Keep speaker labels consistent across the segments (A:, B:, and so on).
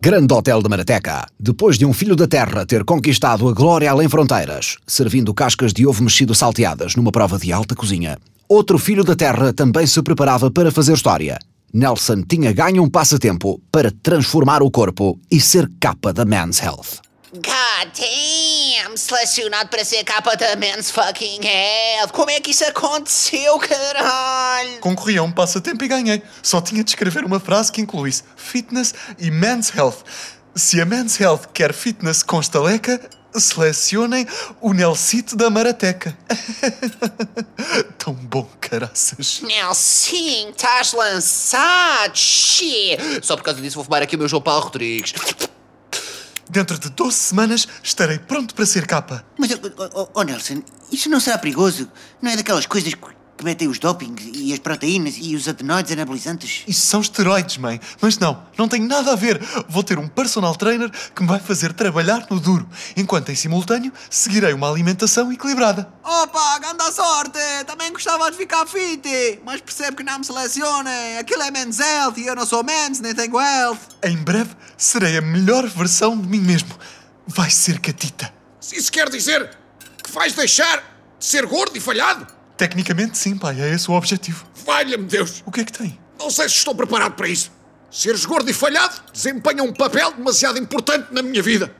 A: Grande Hotel de Marateca. Depois de um filho da terra ter conquistado a glória além fronteiras, servindo cascas de ovo mexido salteadas numa prova de alta cozinha, outro filho da terra também se preparava para fazer história. Nelson tinha ganho um passatempo para transformar o corpo e ser capa da Men's Health.
B: God damn! Selecionado para ser capa da Men's Fucking Health! Como é que isso aconteceu, caralho?
C: Concorri a um passatempo e ganhei. Só tinha de escrever uma frase que incluísse fitness e men's health. Se a men's health quer fitness com estaleca, selecionem o Nelsite da Marateca. Tão bom, caraças.
B: Nelson, estás lançado! Shit! Só por causa disso vou fumar aqui o meu João Paulo Rodrigues.
C: Dentro de 12 semanas estarei pronto para ser capa.
D: Mas, oh, oh, oh, Nelson, isso não será perigoso? Não é daquelas coisas que que metem os dopings e as proteínas e os adenoides anabolizantes?
C: Isso são esteroides, mãe. Mas não, não tem nada a ver. Vou ter um personal trainer que me vai fazer trabalhar no duro, enquanto em simultâneo seguirei uma alimentação equilibrada.
E: Opa, ganda sorte! Também gostava de ficar fit, mas percebo que não me selecionem. Aquilo é men's health e eu não sou men's, nem tenho health.
C: Em breve serei a melhor versão de mim mesmo. Vai ser catita.
F: Isso quer dizer que vais deixar de ser gordo e falhado?
C: Tecnicamente, sim, pai, é esse o objetivo.
F: Valha-me Deus!
C: O que é que tem?
F: Não sei se estou preparado para isso. Seres gordo e falhado desempenha um papel demasiado importante na minha vida.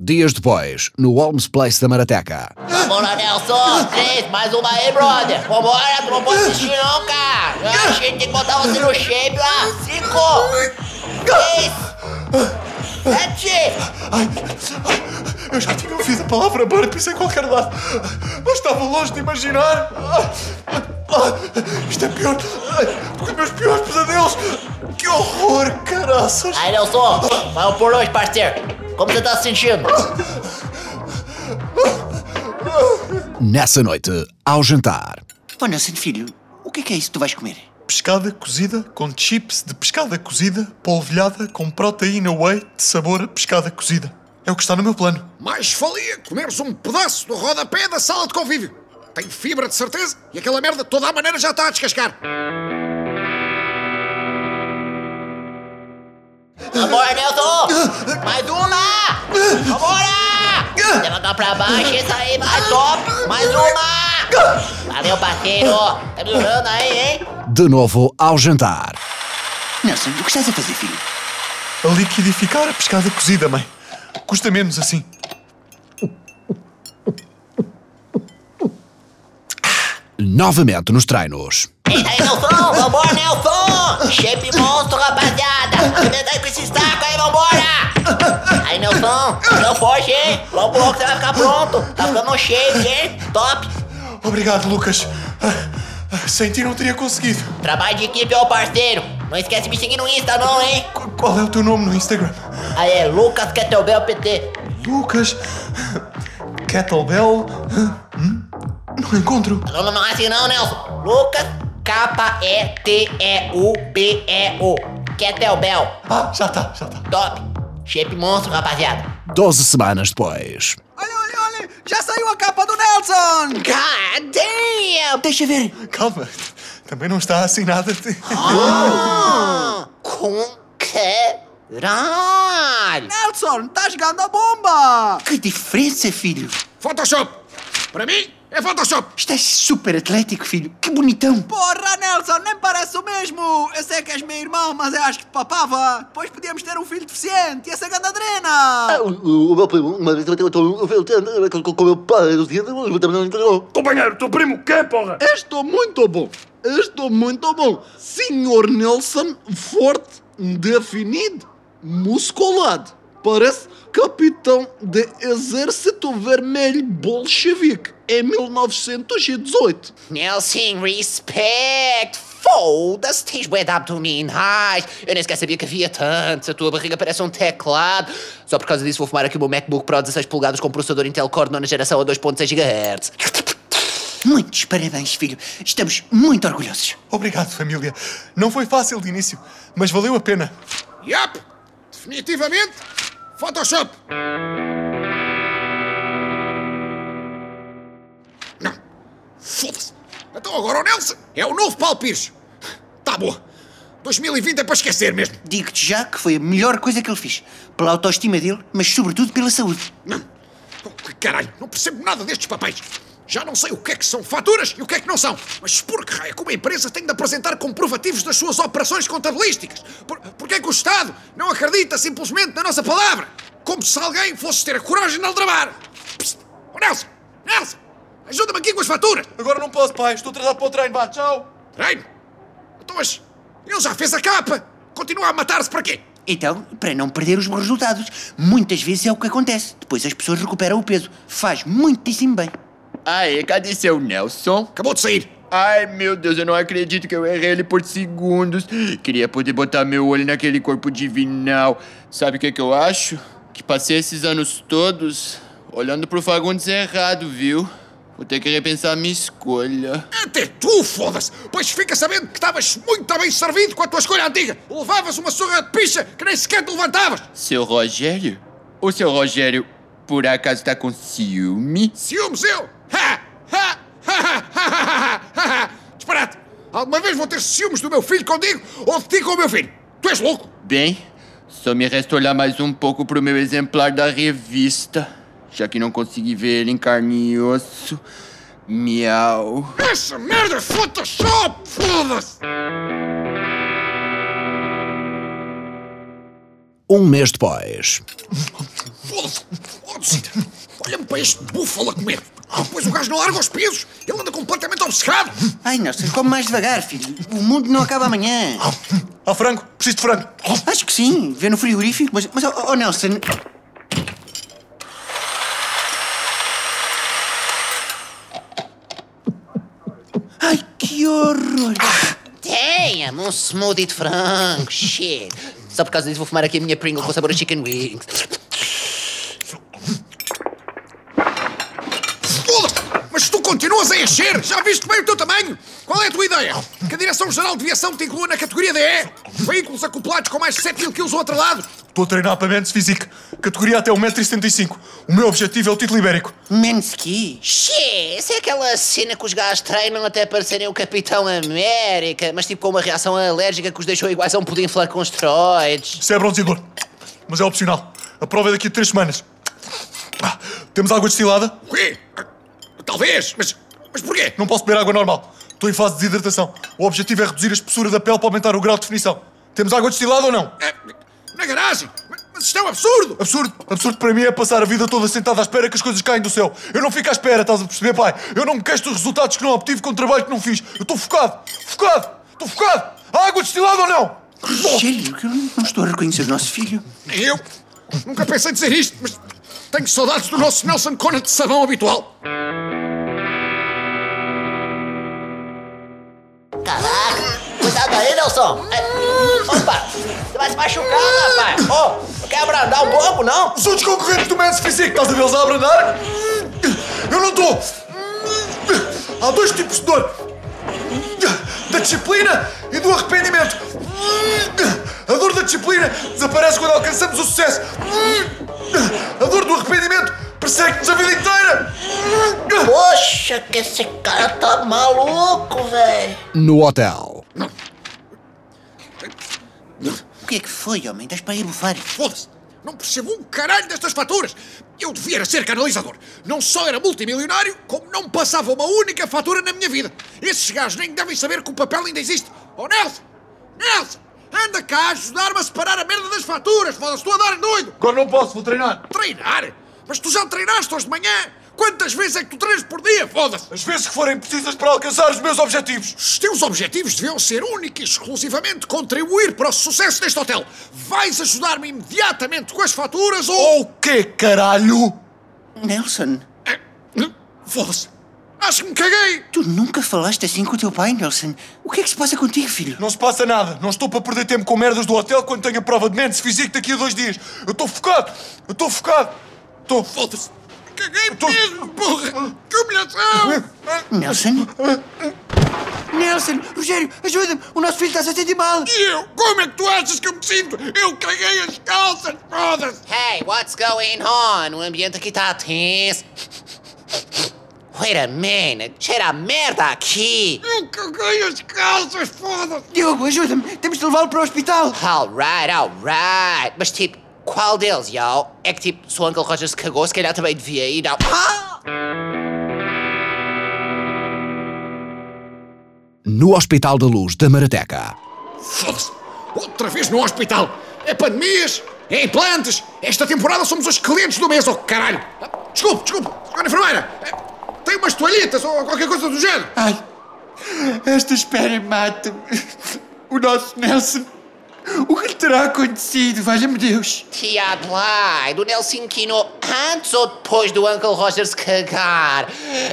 A: Dias depois, no Holmes Place da Marateca.
B: Bora, Nelson! Três, mais uma aí, brother! Vambora, tu não pode desistir não, cara! A gente tem que botar você no shape lá! Cinco! Seis! Sete!
C: Ai, ai, eu já tinha ouvido a palavra burpees em qualquer lado, mas estava longe de imaginar. Ah, ah, Isto é pior ai, do que os meus piores pesadelos. Que horror, caraças!
B: Aí, Nelson! Vai um por hoje, parceiro! Como você tá se sentindo?
A: Nessa noite, ao jantar.
D: Oh, Nelson, filho, o que é que é isso que tu vais comer?
C: Pescada cozida com chips de pescada cozida, polvilhada com proteína whey de sabor a pescada cozida. É o que está no meu plano.
F: Mais valia comeres um pedaço do rodapé da sala de convívio. Tem fibra de certeza e aquela merda de toda a maneira já está a descascar.
B: Vambora, Nelson! Mais uma! Vambora! Levantar pra baixo, isso aí, vai top! Mais uma! Valeu, parceiro! Tá melhorando aí, hein?
A: De novo ao jantar.
D: Nelson, o que estás a fazer, filho?
C: A liquidificar a pescada cozida, mãe. Custa menos assim.
A: Novamente nos treinos.
B: Eita aí, Nelson! Vambora, Nelson! Shape monstro, rapaziada! Arrebentar com esse saco aí, vambora! Aí, Nelson! Não foge, hein? Logo, logo você vai ficar pronto! Tá ficando no shape, hein? Top!
C: Obrigado, Lucas. Ah, ah, Sem ti não teria conseguido.
B: Trabalho de equipe, ó, parceiro! Não esquece de me seguir no Insta, não, hein?
C: Qu- Qual é o teu nome no Instagram?
B: Aí é Lucas Kettlebell PT.
C: Lucas. Kettlebell. Hum? Não encontro.
B: Não, não, não é assim, não, Nelson! Lucas K-E-T-E-U-B-E-O. Kettlebell.
C: Ah, já tá, já tá.
B: Top! Shape monstro, rapaziada!
A: Doze semanas depois.
E: Olha, olha, olha! Já saiu a capa do Nelson!
B: God damn!
D: Deixa ver.
C: Calma. Também não está assim nada. de-
B: Com caralho!
E: Nelson, estás jogando a bomba!
D: Que diferença, filho.
F: Photoshop! Para mim, é Photoshop!
D: Estás super atlético, filho. Que bonitão.
E: Porra, Nelson, nem parece o mesmo! Eu sei que és meu irmão, mas eu acho que te papava! Depois podíamos ter um filho deficiente e essa ganda drena!
G: O meu primo, uma vez também tentou com o meu pai, eu também não entrou.
H: Companheiro, teu primo quê, porra?
G: Estou muito bom, estou muito bom. Senhor Nelson, forte, definido, musculado. Parece capitão de exército vermelho bolchevique em 1918.
B: Nelson, respect! Foda-se, tens bué de abdominais! Eu nem sequer sabia que havia tantos, a tua barriga parece um teclado! Só por causa disso vou fumar aqui o meu MacBook Pro 16 polegadas com processador Intel Core nona geração a 2.6 GHz.
D: Muitos parabéns, filho. Estamos muito orgulhosos.
C: Obrigado, família. Não foi fácil de início, mas valeu a pena.
F: Yup! Definitivamente, Photoshop! Não, foda-se! Então agora o Nelson é o novo Paulo Pires! Tá bom, 2020 é para esquecer mesmo.
D: Digo-te já que foi a melhor coisa que ele fez. Pela autoestima dele, mas sobretudo pela saúde.
F: Não. Oh, que Caralho, não percebo nada destes papéis. Já não sei o que é que são faturas e o que é que não são. Mas por que raio é que uma empresa tem de apresentar comprovativos das suas operações contabilísticas? Por, porque é que o Estado não acredita simplesmente na nossa palavra? Como se alguém fosse ter a coragem de aldrabar. Psst. Oh, Nelson! Nelson! Ajuda-me aqui com as faturas!
C: Agora não posso, pai. Estou atrasado para o treino. Vá, tchau.
F: Treino! Então, mas ele já fez a capa! Continua a matar-se para quê?
D: Então, para não perder os bons resultados, muitas vezes é o que acontece. Depois as pessoas recuperam o peso. Faz muitíssimo bem.
I: Aê, cadê seu Nelson?
F: Acabou de sair!
I: Ai, meu Deus, eu não acredito que eu errei ele por segundos. Queria poder botar meu olho naquele corpo divinal. Sabe o que, é que eu acho? Que passei esses anos todos olhando pro Fagundes errado, viu? Vou ter que repensar minha escolha.
F: Até tu, foda-se! Pois fica sabendo que estavas muito bem servido com a tua escolha antiga! Levavas uma surra de picha que nem sequer te levantavas!
I: Seu Rogério? O seu Rogério, por acaso, tá com ciúme?
F: Ciúmes eu! Ha! Ha! Ha! Ha! Ha! Ha! Ha! Ha! Disparate! Alguma vez vou ter ciúmes do meu filho contigo ou de ti com o meu filho? Tu és louco?
I: Bem, só me resta olhar mais um pouco pro meu exemplar da revista, já que não consegui ver ele em carne e osso. Miau.
F: Essa merda é Photoshop! Foda-se!
A: Um mês depois.
F: Foda-se! Foda-se! Olha-me para este búfalo a comer! Pois o gajo não larga os pesos! Ele anda completamente obcecado!
D: Ai, Nelson, come mais devagar, filho. O mundo não acaba amanhã.
C: Há Ah, frango. Preciso de frango.
D: Acho que sim. Vê no frigorífico, mas... Mas, oh, oh, Nelson... Ai, que horror! Ah,
B: Damn, um smoothie de frango, shit. Só por causa disso vou fumar aqui a minha Pringle com sabor a chicken wings.
F: Foda-se! Mas tu continuas a encher! Já viste bem o teu tamanho! Qual é a tua ideia? Que a Direção-Geral de Viação te inclua na categoria DE? Veículos acoplados com mais de 7 mil quilos ao atrelado?
C: Estou a treinar para Mendes Físico. Categoria até 1,75m. O meu objetivo é o título ibérico.
D: Menos que...
B: Shit, isso é aquela cena que os gajos treinam até parecerem o Capitão América, mas tipo com uma reação alérgica que os deixou iguais a um pudim flan com esteroides.
C: Isso é bronzeador. Mas é opcional. A prova é daqui a três semanas. Ah, Temos água destilada?
F: O quê? Ah, Talvez, mas... Mas porquê?
C: Não posso beber água normal. Estou em fase de desidratação. O objetivo é reduzir a espessura da pele para aumentar o grau de definição. Temos água destilada ou não?
F: É, na garagem! Mas, mas isto é um absurdo!
C: Absurdo! Absurdo para mim é passar a vida toda sentado à espera que as coisas caem do céu. Eu não fico à espera, estás a perceber, pai? Eu não me queixo dos resultados que não obtive com o trabalho que não fiz. Eu estou focado! Focado! Estou focado! Há água destilada ou não?
D: Sério, que eu não estou a reconhecer o nosso filho.
F: Nem eu. Nunca pensei dizer isto, mas... Tenho saudades do nosso Nelson Conant de sabão habitual.
B: Caraca, cuidado aí, Nelson. É, Opa, você vai se machucar, rapaz. Oh, não quer abrandar um pouco, não?
C: Os outros concorrentes do Mendes Físico, estás a vê-los a abrandar? Eu não estou! Há dois tipos de dor: da disciplina e do arrependimento. A dor da disciplina desaparece quando alcançamos o sucesso. A dor do arrependimento persegue-nos a vida inteira.
B: Poxa, que esse cara tá maluco, velho.
A: No hotel.
D: O que é que foi, homem? Estás para ir bufar?
F: Foda-se! Não percebo um caralho destas faturas! Eu devia era ser canalizador! Não só era multimilionário, como não passava uma única fatura na minha vida! Esses gajos nem devem saber que o papel ainda existe! Oh, Nelson! Nelson! Anda cá a ajudar-me a separar a merda das faturas! Foda-se, estou a dar em doido!
C: Agora não posso, vou treinar.
F: Treinar? Mas tu já treinaste hoje de manhã? Quantas vezes é que tu treinas por dia? Foda-se!
C: As vezes que forem precisas para alcançar os meus objetivos.
F: Os teus objetivos deviam ser única e exclusivamente contribuir para o sucesso deste hotel. Vais ajudar-me imediatamente com as faturas ou...
C: O que caralho?
D: Nelson,
F: É, hum, Foda-se! Acho que me caguei!
D: tu nunca falaste assim com o teu pai, Nelson. O que é que se passa contigo, filho?
C: Não se passa nada. Não estou para perder tempo com merdas do hotel quando tenho a prova de mentes físico daqui a dois dias. Eu estou focado. Eu estou focado. Estou.
F: Foda-se! Caguei
C: tô-
F: mesmo, porra! Que humilhação!
J: Eh,
D: Nelson? Nelson, Rogério, ajuda-me! O nosso filho está-se a sentir mal!
F: E eu? Como é que tu achas que eu me sinto? Eu caguei as calças! Foda-se!
B: Hey, what's going on? O ambiente aqui tá tenso. Wait a minute, cheira a merda aqui!
F: Eu caguei as calças, foda-se!
D: Diogo, ajuda-me! Temos de levá-lo para o hospital!
B: Alright, alright! Mas tipo, qual deles, y'all? É que tipo, se o Uncle Roger se cagou, se calhar também devia ir ao. Ah!
A: No Hospital da Luz da Marateca.
F: Foda-se! Outra vez no hospital! É pandemias! É implantes! Esta temporada somos os clientes do mês, oh caralho! Desculpe, desculpe! Senhora enfermeira! eh, Tem umas toalhitas ou qualquer coisa do género!
I: Ai, esta espera mata-me. O nosso Nelson. O que lhe terá acontecido? Valha-me Deus.
B: Tia Blay, do Nelson Quino antes ou depois do Uncle Roger se cagar?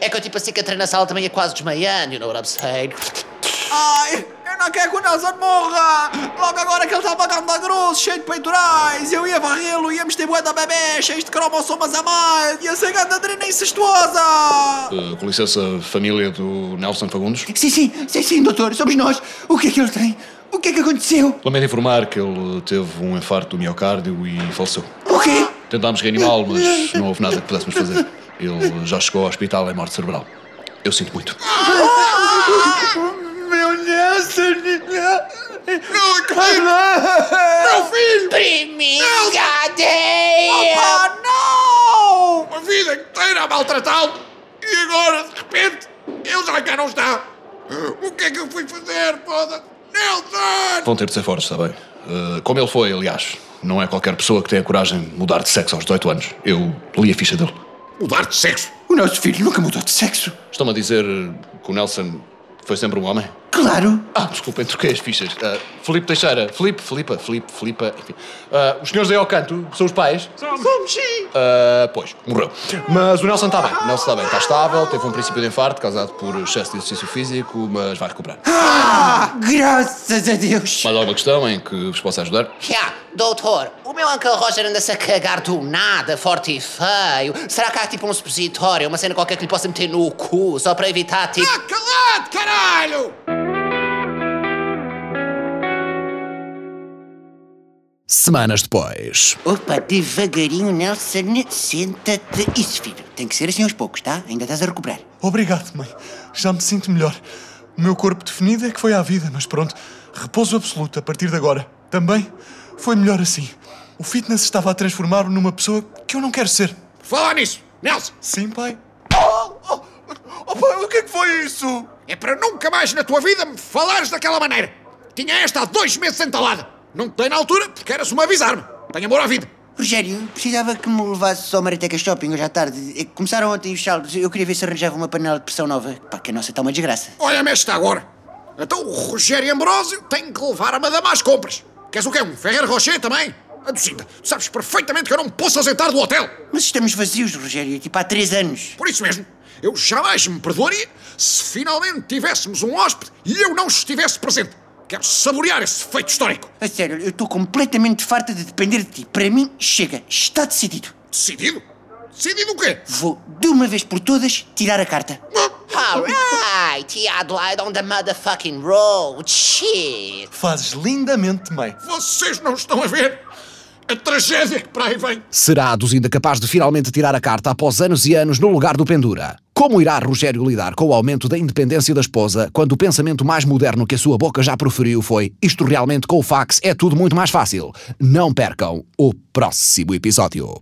B: É que eu tipo assim que entrei na sala também ia quase desmaiando, you know what I'm saying?
E: Ai, eu não quero que o Nelson morra! Logo agora que ele está a pagar da grosso, cheio de peitorais, eu ia varrê-lo, íamos ter bué da bebê, cheios de cromossomas a mais, ia ser grande adrenalina incestuosa!
J: com licença, família do Nelson Fagundes.
I: Sim, sim, sim, sim, doutor, somos nós. O que é que ele tem? O que é que aconteceu?
J: Lamento informar que ele teve um infarto do miocárdio e faleceu.
I: O quê?
J: Tentámos reanimá-lo, mas não houve nada que pudéssemos fazer. Ele já chegou ao hospital em morte cerebral. Eu sinto muito.
I: Meu Nelson!
F: Não acredito! Meu filho!
B: Priminho, goddamn!
E: Ah, não!
F: Uma vida inteira a maltratá-lo! E agora, de repente, ele já cá não está! O que é que eu fui fazer, foda-se? Nelson!
J: Vão ter de ser fortes, está bem? Eh, como ele foi, aliás. Não é qualquer pessoa que tenha coragem de mudar de sexo aos 18 anos. Eu li a ficha dele.
F: Mudar de sexo!
I: O nosso filho nunca mudou de sexo.
J: Estão-me a dizer que o Nelson foi sempre um homem?
I: Claro.
J: Ah, desculpem, troquei as fichas. Ah, Filipe Teixeira. Filipe, Filipa, Filipe, Filipa. enfim. Ah, os senhores aí ao canto são os pais? Somos. pois, morreu. Mas o Nelson está bem. O Nelson está bem, está estável, teve um princípio de infarto causado por excesso de exercício físico, mas vai recuperar.
I: Ah, graças a Deus.
J: Mais alguma questão em que vos possa ajudar?
B: Yeah, doutor, o meu Uncle Roger anda-se a cagar do nada, forte e feio. Será que há tipo um supositório, uma cena qualquer que lhe possa meter no cu, só para evitar tipo.
F: Está Tá calado, caralho!
A: Semanas depois.
D: Opa, devagarinho, Nelson, senta-te. Isso, filho, tem que ser assim aos poucos, tá? Ainda estás a recuperar.
C: Obrigado, mãe. Já me sinto melhor. O meu corpo definido é que foi à vida, mas pronto. Repouso absoluto a partir de agora. Também foi melhor assim. O fitness estava a transformar-me numa pessoa que eu não quero ser.
F: Fala nisso! Nelson,
C: Sim, pai? Oh, oh, oh, pai, o que é que foi isso?
F: é para nunca mais na tua vida me falares daquela maneira! Tinha esta há dois meses entalada! Não te dei na altura porque eras uma avisar-me! Tenho amor à vida!
D: Rogério, precisava que me levasses ao Marateca Shopping hoje à tarde. É que Começaram ontem os saldos. Eu queria ver se arranjava uma panela de pressão nova. Pá, que a nossa está uma desgraça.
F: Olha-me esta agora! Então o Rogério Ambrósio tem que levar a madama às compras! Queres o quê? Um Ferreiro Rocher também? Adocinda, tu sabes perfeitamente que eu não me posso ausentar do hotel!
D: Mas estamos vazios, Rogério, tipo há três anos.
F: Por isso mesmo, eu jamais me perdoaria se finalmente tivéssemos um hóspede e eu não estivesse presente. Quero saborear esse feito histórico.
D: A sério, eu estou completamente farta de depender de ti. Para mim, chega. Está decidido.
F: Decidido? Decidido o quê?
D: Vou, de uma vez por todas, tirar a carta.
B: Alright, tia Adelaide on the motherfucking road, shit!
C: Fazes lindamente, mãe.
F: Vocês não estão a ver a tragédia que para aí vem.
A: Será a Duzinda capaz de finalmente tirar a carta após anos e anos no lugar do Pendura? Como irá Rogério lidar com o aumento da independência da esposa quando o pensamento mais moderno que a sua boca já proferiu foi isto realmente com o fax é tudo muito mais fácil? Não percam o próximo episódio.